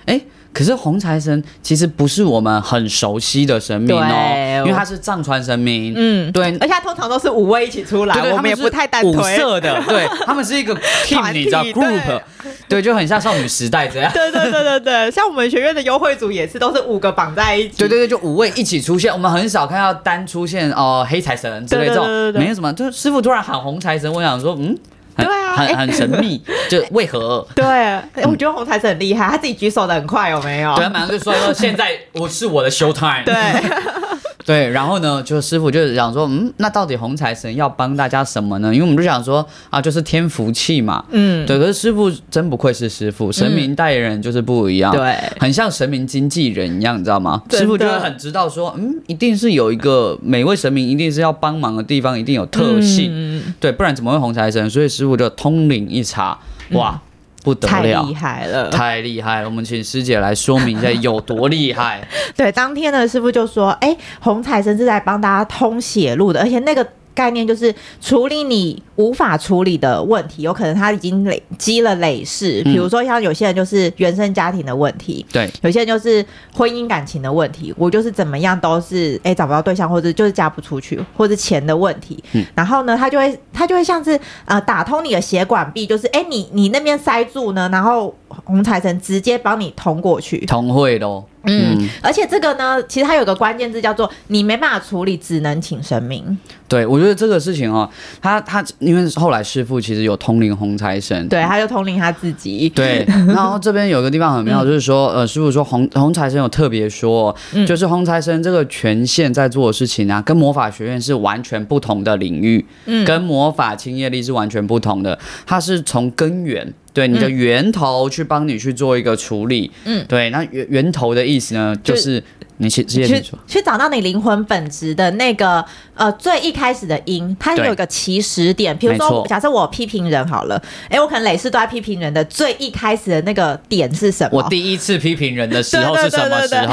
Speaker 3: 哎、可是红财神其实不是我们很熟悉的神明
Speaker 2: 对
Speaker 3: 哦，因为他是藏传神明。
Speaker 2: 嗯，
Speaker 3: 对。
Speaker 2: 而且他通常都是五位一起出来，
Speaker 3: 对对，
Speaker 2: 我
Speaker 3: 他
Speaker 2: 们也
Speaker 3: 是
Speaker 2: 不太单
Speaker 3: 五
Speaker 2: 推。
Speaker 3: 色的，对他们是一个 team，
Speaker 2: 团体
Speaker 3: 你知道
Speaker 2: 对
Speaker 3: group，对，就很像少女时代这 样。
Speaker 2: 对对对对对，像我们学院的优惠组也是，都是五个绑在一起。
Speaker 3: 对对对，就五位一起出现，我们很少看到单出现哦、黑财神之类
Speaker 2: 对对对
Speaker 3: 这
Speaker 2: 对
Speaker 3: 种，
Speaker 2: 对
Speaker 3: 没有什么。就是师傅突然喊红财神，我想说，嗯，很
Speaker 2: 对啊哎
Speaker 3: 很很神 秘，就为何？
Speaker 2: 对，哎我觉得红财神很厉害，他自己举手的很快，有没有？
Speaker 3: 对，他马上就说说现在我是我的 show time。
Speaker 2: 对
Speaker 3: 对，然后呢，就师傅就想说，嗯，那到底红财神要帮大家什么呢？因为我们就想说啊，就是添福气嘛。
Speaker 2: 嗯，
Speaker 3: 对，可是师傅真不愧是师傅，神明代言人就是不一样，
Speaker 2: 对
Speaker 3: 很像神明经纪人一样，你知道吗？
Speaker 2: 真的
Speaker 3: 师傅就会很知道说，嗯，一定是有一个每位神明一定是要帮忙的地方，一定有特性，
Speaker 2: 嗯
Speaker 3: 对，不然怎么会红财神？所以师傅就通灵一查，哇，不得
Speaker 2: 嗯太
Speaker 3: 了
Speaker 2: 厉，害了。
Speaker 3: 太厉害了！我们请师姐来说明一下有多 厉害。
Speaker 2: 对，当天呢，师傅就说：“哎，红财神是在帮大家通血路的，而且那个。”概念就是处理你无法处理的问题，有可能他已经累积了累
Speaker 3: 嗯
Speaker 2: 世，比如说像有些人就是原生家庭的问题，
Speaker 3: 对，
Speaker 2: 有些人就是婚姻感情的问题，我就是怎么样都是哎、找不到对象，或者就是嫁不出去，或者钱的问题。
Speaker 3: 嗯
Speaker 2: 然后呢，他就会他就会像是呃打通你的血管壁，就是哎、你你那边塞住呢，然后红财神直接帮你通过去。
Speaker 3: 同会咯。
Speaker 2: 嗯
Speaker 3: 嗯，
Speaker 2: 而且这个呢，其实它有个关键字叫做你没办法处理，只能请神明。
Speaker 3: 对，我觉得这个事情哦，他他因为后来师傅其实有通灵红财神，
Speaker 2: 对，他就通灵他自己。
Speaker 3: 对， 然后这边有一个地方很
Speaker 2: 嗯
Speaker 3: 妙，就是说，呃，师傅说红红财神有特别说，就是红财神这个权限在做的事情啊，跟魔法学院是完全不同的领域，
Speaker 2: 嗯
Speaker 3: 跟魔法清业力是完全不同的，它是从根源。对你的源头去帮你去做一个处理，
Speaker 2: 嗯
Speaker 3: 嗯，对，那源源头的意思呢，
Speaker 2: 就
Speaker 3: 就是你先直接
Speaker 2: 去
Speaker 3: 你说，
Speaker 2: 去找到你灵魂本质的那个呃最一开始的因，它
Speaker 3: 对
Speaker 2: 有一个起始点。比如
Speaker 3: 没
Speaker 2: 说，
Speaker 3: 错
Speaker 2: 假设我批评人好了，哎、我可能累世都在批评人的最一开始的那个点是什
Speaker 3: 我
Speaker 2: 么？
Speaker 3: 第一次批评人的时候
Speaker 2: 对
Speaker 3: 是
Speaker 2: 对
Speaker 3: 什么
Speaker 2: 对
Speaker 3: 时
Speaker 2: 对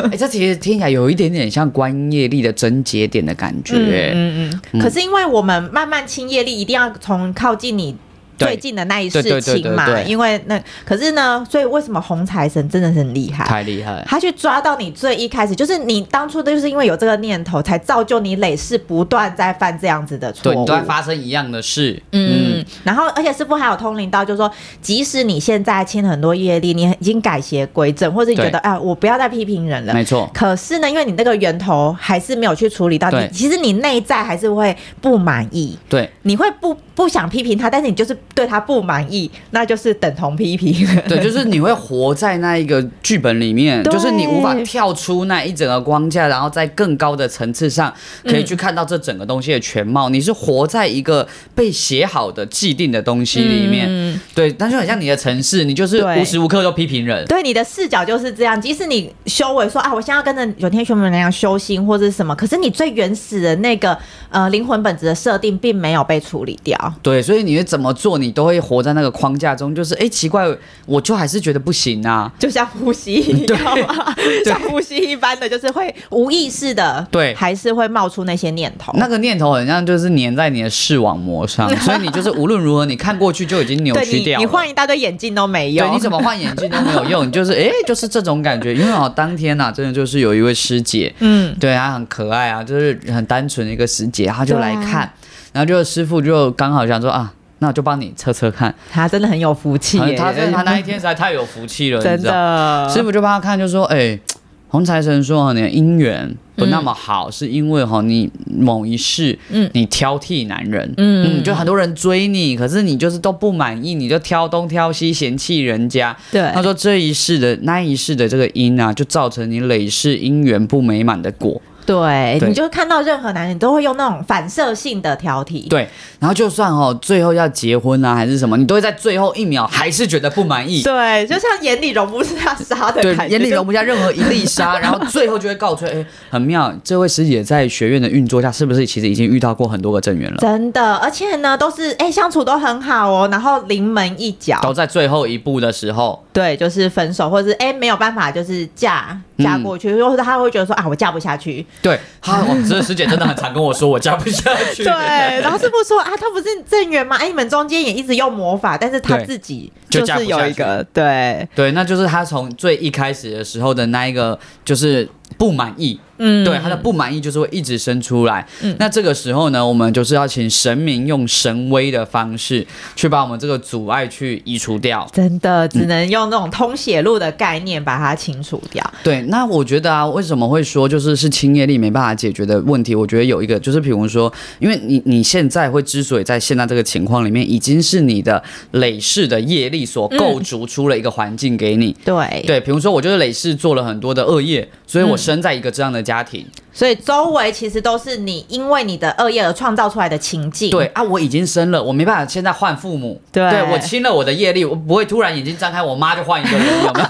Speaker 3: 候？ 哎、这其实听起来有一点点像观业力的症结点的感觉。
Speaker 2: 嗯嗯嗯。可是因为我们慢慢清业力，一定要从靠近你。
Speaker 3: 对
Speaker 2: 最近的那一
Speaker 3: 对
Speaker 2: 事
Speaker 3: 对对
Speaker 2: 情嘛
Speaker 3: 对，对
Speaker 2: 因为那可是呢，所以为什么红财神真的是很厉害？
Speaker 3: 太厉害了！
Speaker 2: 他去抓到你最一开始，就是你当初就是因为有这个念头，才造就你累世不断在犯这样子的错
Speaker 3: 对
Speaker 2: 误。
Speaker 3: 你都在发生一样的事，
Speaker 2: 嗯，然后而且师傅还有通灵到，就是说，即使你现在清很多业力，你已经改邪归正，或者你觉得
Speaker 3: 对
Speaker 2: 啊，我不要再批评人了。
Speaker 3: 没错，
Speaker 2: 可是呢，因为你那个源头还是没有去处理到，你
Speaker 3: 对
Speaker 2: 其实你内在还是会不满意，
Speaker 3: 对
Speaker 2: 你会不不想批评他，但是你就是对他不满意，那就是等同批评。
Speaker 3: 对， 就是你会活在那一个剧本里面，
Speaker 2: 对
Speaker 3: 就是你无法跳出那一整个框架，然后在更高的层次上
Speaker 2: 嗯
Speaker 3: 可以去看到这整个东西的全貌。你是活在一个被写好的既定的东西里面，
Speaker 2: 嗯
Speaker 3: 对，但是很像你的城市，你就是
Speaker 2: 对
Speaker 3: 无时无刻都批评人，
Speaker 2: 对，你的视角就是这样。即使你修为说啊，我现在要跟着有天学们那样修心或者是什么，可是你最原始的那个呃灵魂本质的设定并没有被处理掉。
Speaker 3: 对，所以你会怎么做，你都会活在那个框架中，就是哎，奇怪，我就还是觉得不行啊。
Speaker 2: 就像呼 吸一样嘛， 像呼吸一般的，就是会无意识的，
Speaker 3: 对
Speaker 2: 还是会冒出那些念头。
Speaker 3: 那个念头很像就是粘在你的视网膜上，所以你就是无论如何你看过去就已经扭
Speaker 2: 对
Speaker 3: 曲
Speaker 2: 你，
Speaker 3: 掉
Speaker 2: 你
Speaker 3: 了。
Speaker 2: 换一大堆眼镜都没用。
Speaker 3: 对，你怎么换眼镜都没有 用，你就是哎，就是这种感觉。因为哦，当天呐、真的就是有一位师姐，
Speaker 2: 嗯，
Speaker 3: 对啊，她很可爱啊，就是很单纯的一个师姐，她就
Speaker 2: 对啊
Speaker 3: 来看，然后就师傅就刚好想说啊，那我就帮你测测看。
Speaker 2: 他真的很有福气耶，
Speaker 3: 她真的她那一天实在太有福气了，你
Speaker 2: 真
Speaker 3: 知道。
Speaker 2: 的
Speaker 3: 师傅就帮他看，就说：“哎、洪财神说哦你的姻缘不那么好，是因为哈你某一世，
Speaker 2: 嗯
Speaker 3: 你挑剔男人，
Speaker 2: 嗯
Speaker 3: 就很多人追你，可是你就是都不满意，你就挑东挑西，嫌弃人家。
Speaker 2: 对
Speaker 3: 他说这一世的那一世的这个因啊，就造成你累世姻缘不美满的果。
Speaker 2: 嗯对，
Speaker 3: 对
Speaker 2: 你就看到任何男人，你都会用那种反射性的挑剔。
Speaker 3: 对，然后就算哦最后要结婚啊还是什么，你都会在最后一秒还是觉得不满意。”
Speaker 2: 对，就像眼里容不下沙的
Speaker 3: 对
Speaker 2: 感，觉，
Speaker 3: 眼里容
Speaker 2: 不
Speaker 3: 不下任何一粒 沙，然后最后就会告吹。哎，很妙，这位师姐在学院的运作下，是不是其实已经遇到过很多个正缘了？
Speaker 2: 真的，而且呢，都是哎、相处都很好哦，然后临门一脚，
Speaker 3: 都在最后一步的时候，
Speaker 2: 对，就是分手，或者是哎、没有办法，就是嫁嫁
Speaker 3: 嗯
Speaker 2: 过去，或者他会觉得说啊，我嫁不下去，
Speaker 3: 对，哈，我啊这个师姐真的很常跟我说，我嫁不下去。
Speaker 2: 对，然后师傅说啊，他不是正缘吗？哎、你们中间也一直用魔法，但是他
Speaker 3: 对
Speaker 2: 自己
Speaker 3: 就嫁
Speaker 2: 是
Speaker 3: 不下
Speaker 2: 有一
Speaker 3: 去
Speaker 2: 个对，
Speaker 3: 对，那就是她从最一开始的时候的那一个就是不满意，
Speaker 2: 嗯
Speaker 3: 对她的不满意就是会一直生出来。
Speaker 2: 嗯
Speaker 3: 那这个时候呢，我们就是要请神明用神威的方式去把我们这个阻碍去移除掉。
Speaker 2: 真
Speaker 3: 嗯
Speaker 2: 的只能用那种通血路的概念把它清除掉。
Speaker 3: 对，那我觉得啊，为什么会说就是是亲业力没办法解决的问题？我觉得有一个就是，比如说，因为你你现在会之所以在现在这个情况里面，已经是你的累世的业力所构筑出了一个环境给你。
Speaker 2: 对，
Speaker 3: 对，比如说我就是累世做了很多的恶业，所以我生在一个这样的家庭。
Speaker 2: 所以周围其实都是你因为你的恶业而创造出来的情境。
Speaker 3: 对，啊，我已经生了，我没办法现在换父母。
Speaker 2: 对
Speaker 3: 我亲了我的业力，我不会突然眼睛张开，我妈就换一个人，有没 有？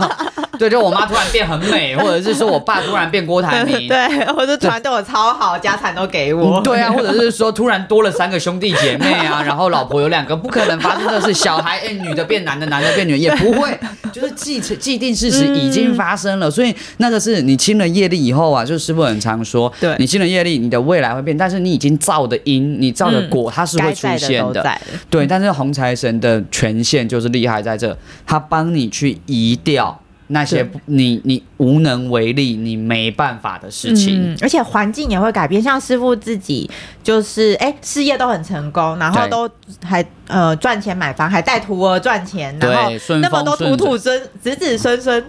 Speaker 3: 对，就我妈突然变很美，或者是说我爸突然变郭台 铭，
Speaker 2: 对，或者突然对我超好，家产都给我。
Speaker 3: 嗯对啊，或者是说突然多了三个兄弟姐妹啊， 然后老婆有两个，不可能发生的是小孩，哎、女的变男的，男的变女的，也不 会，就是既成既定事实已经发生了，所以那个是你亲了业力以后啊，就是师傅很常说，
Speaker 2: 对
Speaker 3: 你亲了业力，你的未来会变，但是你已经造的因，你造的果，它是
Speaker 2: 该
Speaker 3: 会出
Speaker 2: 在的
Speaker 3: 现
Speaker 2: 都
Speaker 3: 的。
Speaker 2: 嗯在了。
Speaker 3: 对，但是红财神的权限就是厉害在这，他帮你去移掉那些
Speaker 2: 对
Speaker 3: 不你你无能为力、你没办法的事情。
Speaker 2: 嗯，而且环境也会改变。像师傅自己就是，哎、事业都很成功，然后
Speaker 3: 对
Speaker 2: 都还呃赚钱买房，还带徒儿赚钱，
Speaker 3: 对
Speaker 2: 然后
Speaker 3: 顺
Speaker 2: 那么
Speaker 3: 风
Speaker 2: 多徒
Speaker 3: 顺
Speaker 2: 徒孙子子孙孙，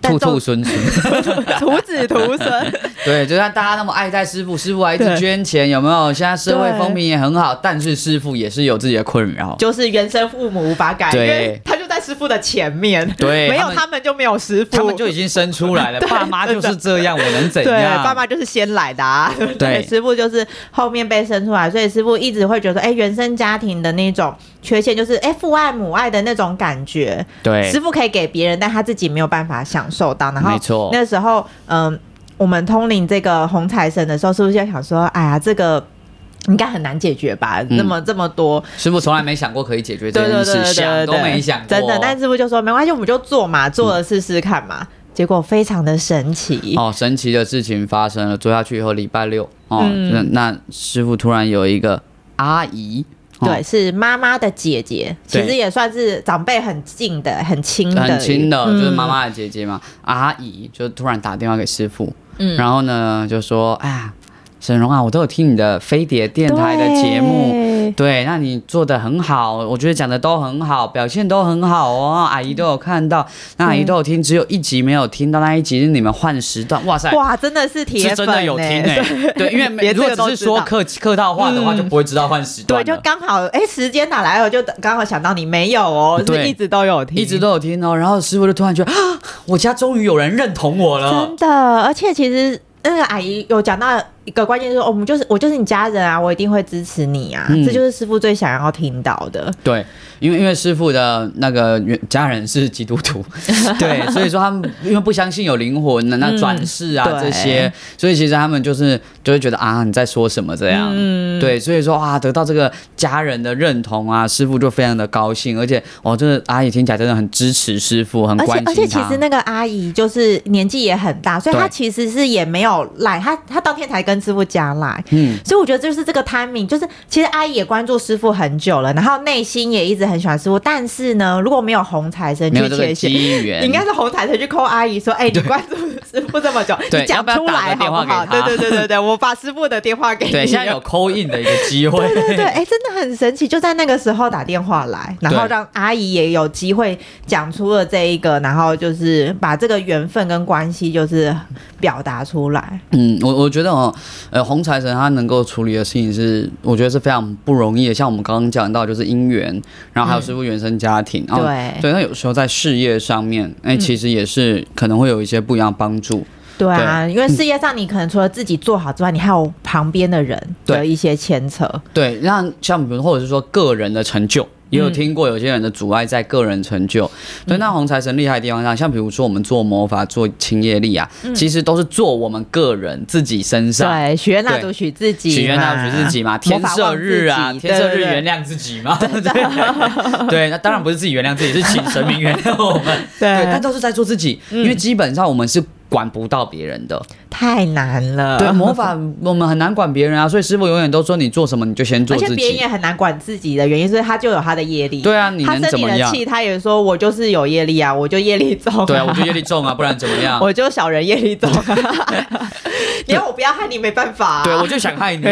Speaker 2: 但
Speaker 3: 兔
Speaker 2: 重
Speaker 3: 兔孙孙，
Speaker 2: 徒子徒孙，
Speaker 3: 对，就像大家那么爱戴师傅，师傅还一
Speaker 2: 对
Speaker 3: 直捐钱，有没有？现在社会
Speaker 2: 对
Speaker 3: 风评也很好，但是师傅也是有自己的困扰。
Speaker 2: 就是原生父母无法改，因
Speaker 3: 对
Speaker 2: 为他就在师傅的前面，
Speaker 3: 对
Speaker 2: 没有
Speaker 3: 他们
Speaker 2: 他们就没有师傅，
Speaker 3: 他们就已经生出 来了，爸妈就是这样，我能怎
Speaker 2: 对，
Speaker 3: 样？
Speaker 2: 爸妈就是先来的啊。
Speaker 3: 对
Speaker 2: 师傅就是后面被生出来，所以师傅一直会觉得，哎、原生家庭的那种缺陷，就是哎、父爱母爱的那种感觉，
Speaker 3: 对
Speaker 2: 师傅可以给别人，但他自己没有办法享受到。然后，
Speaker 3: 没错
Speaker 2: 那时候，嗯、我们通灵这个红财神的时候，是不是就想说，哎呀，这个。应该很难解决吧？
Speaker 3: 嗯
Speaker 2: 那么这么多，
Speaker 3: 师傅从来没想过可以解决
Speaker 2: 对对对对
Speaker 3: 这件事，
Speaker 2: 对
Speaker 3: 想
Speaker 2: 对，
Speaker 3: 都没想过。嗯
Speaker 2: 真的。但师傅就说没关系，我们就做嘛，做了试试看嘛。结果非常的神奇，
Speaker 3: 哦，神奇的事情发生了，做下去以后，礼拜六哦，
Speaker 2: 嗯
Speaker 3: 那那师傅突然有一个阿姨，哦
Speaker 2: 对，是妈妈的姐姐，其
Speaker 3: 对
Speaker 2: 实也算是长辈很近的、很亲的、
Speaker 3: 很亲的，
Speaker 2: 嗯
Speaker 3: 就是妈，妈的姐姐嘛，阿姨就突然打电话给师傅，
Speaker 2: 嗯
Speaker 3: 然后呢就说，哎呀，沈荣啊，我都有听你的飞碟电台的节目。
Speaker 2: 对。
Speaker 3: 对，那你做的很好，我觉得讲的都很好，表现都很好哦，阿姨都有看到，那阿姨都有听，只有一集没有听到，那一集是你们换时段，哇塞，
Speaker 2: 哇，真的是铁
Speaker 3: 是
Speaker 2: 粉、欸，
Speaker 3: 真的有听诶、 对，因为没
Speaker 2: 连
Speaker 3: 如
Speaker 2: 这
Speaker 3: 果
Speaker 2: 个都
Speaker 3: 只是说
Speaker 2: 知道
Speaker 3: 客客套话的话，
Speaker 2: 嗯
Speaker 3: 就不会知道换时段
Speaker 2: 对，
Speaker 3: 了。
Speaker 2: 就刚好哎、时间哪来？我就刚好想到你没有哦，是
Speaker 3: 对
Speaker 2: 一直都有听，
Speaker 3: 一直都有听哦，然后师傅就突然觉得啊，我家终于有人认同我了
Speaker 2: 真。的。而且其实那个阿姨有讲到一个关键就是，哦我们就是我就是你家人啊，我一定会支持你啊，
Speaker 3: 嗯
Speaker 2: 这就是师傅最想要听到的。
Speaker 3: 对，因为因为师傅的那个原家人是基督 徒，对，所以说他们因为不相信有灵魂的那转世啊、
Speaker 2: 嗯对
Speaker 3: 这些，所以其实他们就是就会觉得啊你在说什么这样，
Speaker 2: 嗯
Speaker 3: 对，所以说啊得到这个家人的认同啊，师傅就非常的高兴，而且哦，真的阿姨听起来真的很支持师傅，很
Speaker 2: 而
Speaker 3: 关
Speaker 2: 且
Speaker 3: 心他。
Speaker 2: 而且，其实那个阿姨就是年纪也很大，所以
Speaker 3: 对
Speaker 2: 她其实是也没有赖，她她当天才跟师傅加赖。
Speaker 3: 嗯，
Speaker 2: 所以我觉得就是这个 timing，就是其实阿姨也关注师傅很久了，然后内心也一直很喜欢师傅，但是呢，如果没有红财神
Speaker 3: 没有
Speaker 2: 去
Speaker 3: 这个
Speaker 2: 牵线，
Speaker 3: 机缘，
Speaker 2: 你应该是红财神去扣阿姨说：“哎、你关注师傅这么 久，
Speaker 3: 对
Speaker 2: 你讲出来
Speaker 3: 要不
Speaker 2: 好
Speaker 3: 要
Speaker 2: 不
Speaker 3: 打个电话
Speaker 2: 好？”
Speaker 3: 给他
Speaker 2: 对对对对对，我把师傅的电话给你。
Speaker 3: 对，现在有扣印的一个机会。
Speaker 2: 对对对，哎、真的很神奇，就在那个时候打电话来，然后
Speaker 3: 对
Speaker 2: 让阿姨也有机会讲出了这一个，然后就是把这个缘分跟关系就是表达出来。
Speaker 3: 嗯，我我觉得哦，呃，红财神他能够处理的事情是，我觉得是非常不容易的。像我们刚刚讲到，就是姻缘，然后还有师傅原生家庭，然后
Speaker 2: 对
Speaker 3: 对，那有时候在事业上面，哎、其实也是可能会有一些不一样的帮助。
Speaker 2: 对啊，因为
Speaker 3: 嗯
Speaker 2: 事业上你可能除了自己做好之外，你还有旁边的人
Speaker 3: 对
Speaker 2: 的一些牵扯。
Speaker 3: 对，那像比如或者是说个人的成就，也有听过有些人的阻碍在个人成就。对，那红财神厉害的地方上，像比如说我们做魔法、做清业力啊，其实都是做我们个人自己身上。
Speaker 2: 对，许愿蜡
Speaker 3: 啊对
Speaker 2: 烛许自己嘛，
Speaker 3: 许愿那许自己嘛，
Speaker 2: 魔
Speaker 3: 天
Speaker 2: 法
Speaker 3: 赦
Speaker 2: 忘自
Speaker 3: 日啊，
Speaker 2: 己
Speaker 3: 天赦日
Speaker 2: 对对对
Speaker 3: 原谅自己 嘛，对不对？对，那当然不是自己原谅自己，是请神明原谅我 们。
Speaker 2: 对嗯
Speaker 3: 但都是在做自己，因为基本上我们是管不到别人的。
Speaker 2: 太难了。
Speaker 3: 对，魔法我们很难管别人啊，所以师傅永远都说你做什么你就先做
Speaker 2: 而且
Speaker 3: 自
Speaker 2: 别人
Speaker 3: 己。
Speaker 2: 也很难管自己的原因，所以他就有他的业力。
Speaker 3: 对啊，你
Speaker 2: 他
Speaker 3: 能
Speaker 2: 生
Speaker 3: 怎
Speaker 2: 你
Speaker 3: 么
Speaker 2: 的
Speaker 3: 样？
Speaker 2: 气，他也说我就是有业力啊，我就业力重、
Speaker 3: 对啊，我就业力重啊，不然怎么样？
Speaker 2: 我就小人业力重、啊 你要我不要害你没办法、啊。
Speaker 3: 对，我就想 害你。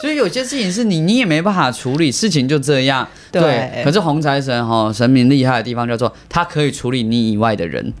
Speaker 3: 所以有些事情是你你也没办法处理，事情就这样。
Speaker 2: 对
Speaker 3: 可是红财神哈、神明厉害的地方叫做他可以处理你以外的人，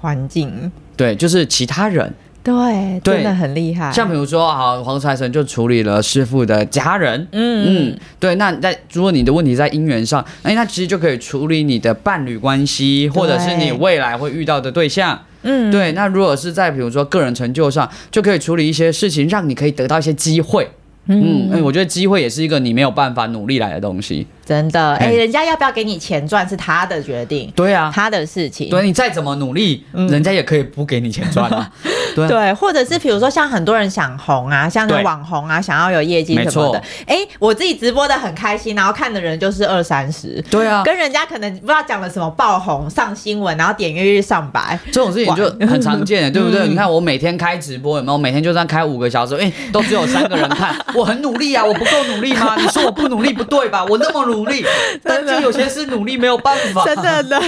Speaker 2: 环境，
Speaker 3: 对，就是其他人。
Speaker 2: 对，
Speaker 3: 对
Speaker 2: 真的很厉害。
Speaker 3: 像比如说，好，黄财神就处理了师傅的家人，
Speaker 2: 嗯
Speaker 3: 嗯，对。那在如果你的问题在姻缘上，哎，那其实就可以处理你的伴侣关系，或者是你未来会遇到的对象，
Speaker 2: 嗯，
Speaker 3: 对。那如果是在比如说个人成就上，就可以处理一些事情，让你可以得到一些机会。嗯，哎我觉得机会也是一个你没有办法努力来的东西。
Speaker 2: 真的，哎、
Speaker 3: 哎
Speaker 2: 人家要不要给你钱赚是他的决定，
Speaker 3: 对 啊，
Speaker 2: 他的事情。
Speaker 3: 对你再怎么努力，人家也可以不给你钱赚 啊。嗯对啊，
Speaker 2: 对，或者是比如说像很多人想红啊，像那
Speaker 3: 对
Speaker 2: 网红啊，想要有业绩
Speaker 3: 没
Speaker 2: 什么的
Speaker 3: 错。
Speaker 2: 哎、我自己直播的很开心，然后看的人就是二三十，
Speaker 3: 对啊，
Speaker 2: 跟人家可能不知道讲了什么爆红上新闻，然后点阅率上百。
Speaker 3: 这种事情就很常见 的，对不对？
Speaker 2: 嗯
Speaker 3: 你看我每天开直播，有没有？每天就算开五个小时，哎，都只有三个人 看。我很努力啊，我不够努力吗？你说我不努力不对吧？我那么 努力，但就有些是努力没有办法，
Speaker 2: 真 的的，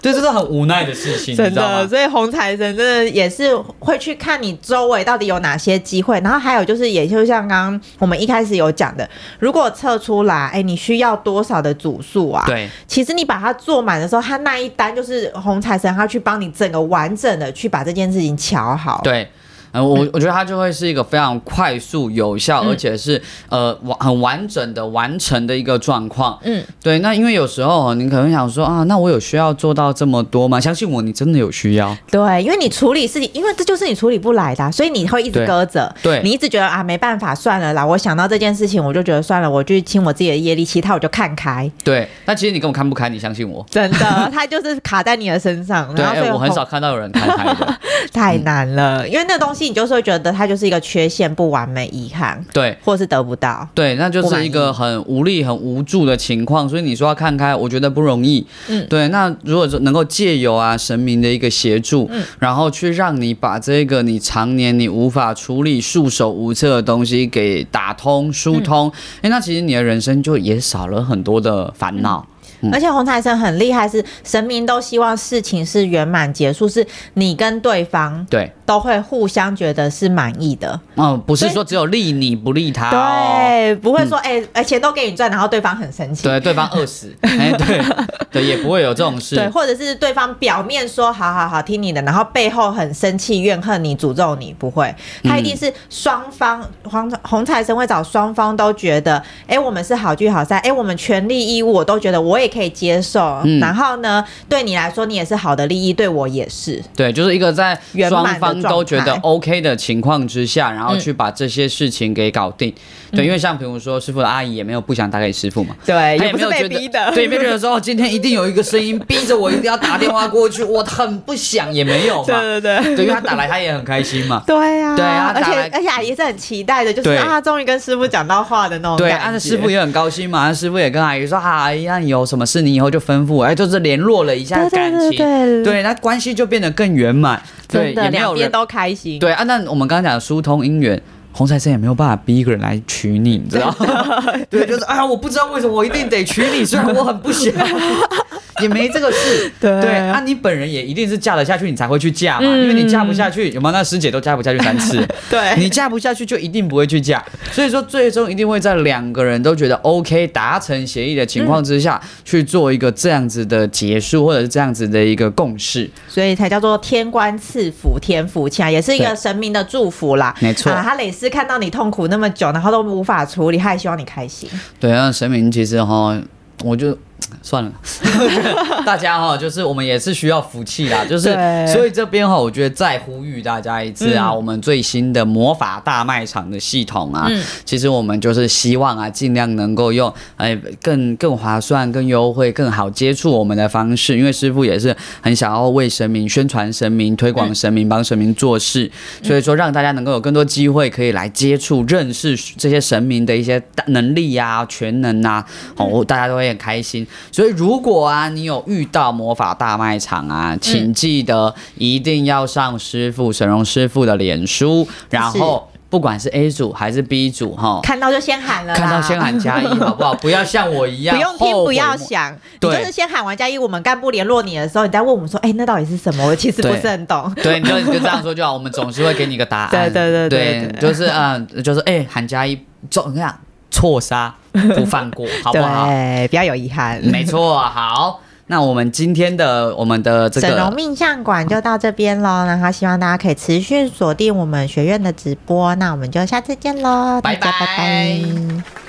Speaker 3: 对，这是很无奈的事情，你
Speaker 2: 真
Speaker 3: 知道
Speaker 2: 的，
Speaker 3: 吗？
Speaker 2: 所以红财神真的也是会去看你周围到底有哪些机会，然后还有就是，也就像刚刚我们一开始有讲的，如果测出来，哎、你需要多少的组数啊？
Speaker 3: 对，
Speaker 2: 其实你把它做满的时候，他那一单就是红财神，他去帮你整个完整的去把这件事情瞧好。，
Speaker 3: 对。呃，我我觉得它就会是一个非常快速、有
Speaker 2: 嗯
Speaker 3: 效，而且是呃完很完整的完成的一个状况。
Speaker 2: 嗯，
Speaker 3: 对，那因为有时候你可能想说啊，那我有需要做到这么多吗？相信我，你真的有需要。
Speaker 2: 对，因为你处理事情，因为这就是你处理不来的啊、所以你会一直
Speaker 3: 对
Speaker 2: 搁着。
Speaker 3: 对
Speaker 2: 你一直觉得啊没办法，算了啦，我想到这件事情，我就觉得算了，我去清我自己的业力，其他我就看开。
Speaker 3: 对，但其实你根本看不开，你相信我。
Speaker 2: 真的， 它就是卡在你的身上，
Speaker 3: 对，
Speaker 2: 然后所以
Speaker 3: 哎我很少看到有人看开 的。
Speaker 2: 太难了，因为那东西你就是会觉得它就是一个缺陷、不完美、遗憾，
Speaker 3: 对
Speaker 2: 或是得不到。
Speaker 3: 对，那就
Speaker 2: 不满
Speaker 3: 是
Speaker 2: 意
Speaker 3: 一个很无力、很无助的情况。所以你说要看开，我觉得不容易。
Speaker 2: 嗯
Speaker 3: 对。那如果说能够借由啊神明的一个协助，
Speaker 2: 嗯
Speaker 3: 然后去让你把这个你常年你无法处理、束手无策的东西给打通、疏
Speaker 2: 嗯
Speaker 3: 通，哎、那其实你的人生就也少了很多的烦恼。
Speaker 2: 而且红财神很厉害是，神明都希望事情是圆满结束，是你跟对方
Speaker 3: 对，
Speaker 2: 都会互相觉得是满意的，
Speaker 3: 嗯，不
Speaker 2: 所
Speaker 3: 是
Speaker 2: 以
Speaker 3: 说只有利你不利他、哦。
Speaker 2: 对，不会说哎、哎钱都给你赚，然后对方很生气。
Speaker 3: 对，对方饿死，哎、对，对，也不会有这种事。
Speaker 2: 对，或者是对方表面说好好好听你的，然后背后很生气、怨恨你、诅咒你，不会，他一定
Speaker 3: 嗯
Speaker 2: 是双方黄红财神会找双方都觉得，哎、我们是好聚好散，哎、我们权利义务我都觉得我也可以接受，
Speaker 3: 嗯
Speaker 2: 然后呢，对你来说你也是好的利益，对我也是，
Speaker 3: 对，就是一个在
Speaker 2: 圆满
Speaker 3: 双
Speaker 2: 的
Speaker 3: 方都觉得
Speaker 2: 状态
Speaker 3: OK 的情况之下，然后去把这些事情给搞定。对，因为像比如说师傅的阿姨也没有不想打给师傅嘛，
Speaker 2: 嗯对，
Speaker 3: 她
Speaker 2: 也
Speaker 3: 也
Speaker 2: 不
Speaker 3: 没
Speaker 2: 是
Speaker 3: 有
Speaker 2: 被
Speaker 3: 觉
Speaker 2: 逼
Speaker 3: 得
Speaker 2: 的，，
Speaker 3: 对，没觉得说哦，今天一定有一个声音逼着我一定要打电话过去，我很不想也没有 嘛。
Speaker 2: 对对对。
Speaker 3: 对，因为他打来他也很开心 嘛。
Speaker 2: 对呀、
Speaker 3: 对啊
Speaker 2: 而且
Speaker 3: 打来
Speaker 2: 而且阿姨是很期待的，就是
Speaker 3: 对
Speaker 2: 啊，终于跟师傅讲到话的那种
Speaker 3: 对，
Speaker 2: 感觉。
Speaker 3: 啊，那师傅也很高兴嘛，那师傅也跟阿姨说，啊阿姨，那你有什么事你以后就吩咐我，哎，就是联络了一下
Speaker 2: 对对
Speaker 3: 感情，
Speaker 2: 对对
Speaker 3: 对，那关系就变得更圆满，对，
Speaker 2: 真的
Speaker 3: 也没有
Speaker 2: 两边
Speaker 3: 人
Speaker 2: 都开心。
Speaker 3: 对啊，那我们刚刚讲的疏通姻缘，洪财神也没有办法逼一个人来娶你，你知道吗？ 对，就是啊，我不知道为什么我一定得娶你，虽然我很不想， 也没这个事。
Speaker 2: 对嗯
Speaker 3: 对啊，你本人也一定是嫁得下去，你才会去嫁嘛，因为你嫁不下去，有没有？那师姐都嫁不下去三次，
Speaker 2: 对
Speaker 3: 你嫁不下去就一定不会去嫁，所以说最终一定会在两个人都觉得 OK 达成协议的情况之下、去做一个这样子的结束，或者是这样子的一个共识。
Speaker 2: 所以才叫做天官赐福，天福气啊，也是一个
Speaker 3: 对
Speaker 2: 神明的祝福啦。
Speaker 3: 没错
Speaker 2: 啊，他累世看到你痛苦那么久，然后都无法处理，他也希望你开心。
Speaker 3: 对，那神明其实哈，我就算了， 大家哈，就是我们也是需要福气啦，就是
Speaker 2: 对
Speaker 3: 所以这边哈，我觉得再呼吁大家一次啊，我们最新的魔法大卖场的系统啊，其实我们就是希望啊，尽量能够用哎更更划算、更优惠、更好接触我们的方式，因为师傅也是很想要为神明宣传神明、推广神明、帮神明做事，所以说让大家能够有更多机会可以来接触、认识这些神明的一些大能力呀、全能啊，
Speaker 2: 嗯
Speaker 3: 哦，大家都会很开心。所以如果啊你有遇到魔法大卖场啊，请记得一定要上师傅沈荣师傅的脸书，然后不管是 A 组还是 B 组哈。
Speaker 2: 看到就先喊了啦，
Speaker 3: 看到先喊加一，好不好？不要像我一 样，
Speaker 2: 不用听，
Speaker 3: 后悔
Speaker 2: 不要
Speaker 3: 莫
Speaker 2: 想，你
Speaker 3: 对
Speaker 2: 就是先喊完加一，我们干部联络你的时候，你再问我们说，哎、那到底是什么？我其实不
Speaker 3: 对
Speaker 2: 是很懂。
Speaker 3: 对，你就你就这样说就好，我们总是会给你个答案。
Speaker 2: 对对对对
Speaker 3: 对
Speaker 2: 对
Speaker 3: 就是嗯，就是哎、韩佳一总这样错杀不放过，好不好？
Speaker 2: 对，不要有遗憾。
Speaker 3: 没错，好。那我们今天的我们的这
Speaker 2: 整容
Speaker 3: 个
Speaker 2: 命相馆就到这边喽，然后希望大家可以持续锁定我们学院的直播，那我们就下次见喽，大家
Speaker 3: 拜拜
Speaker 2: 拜拜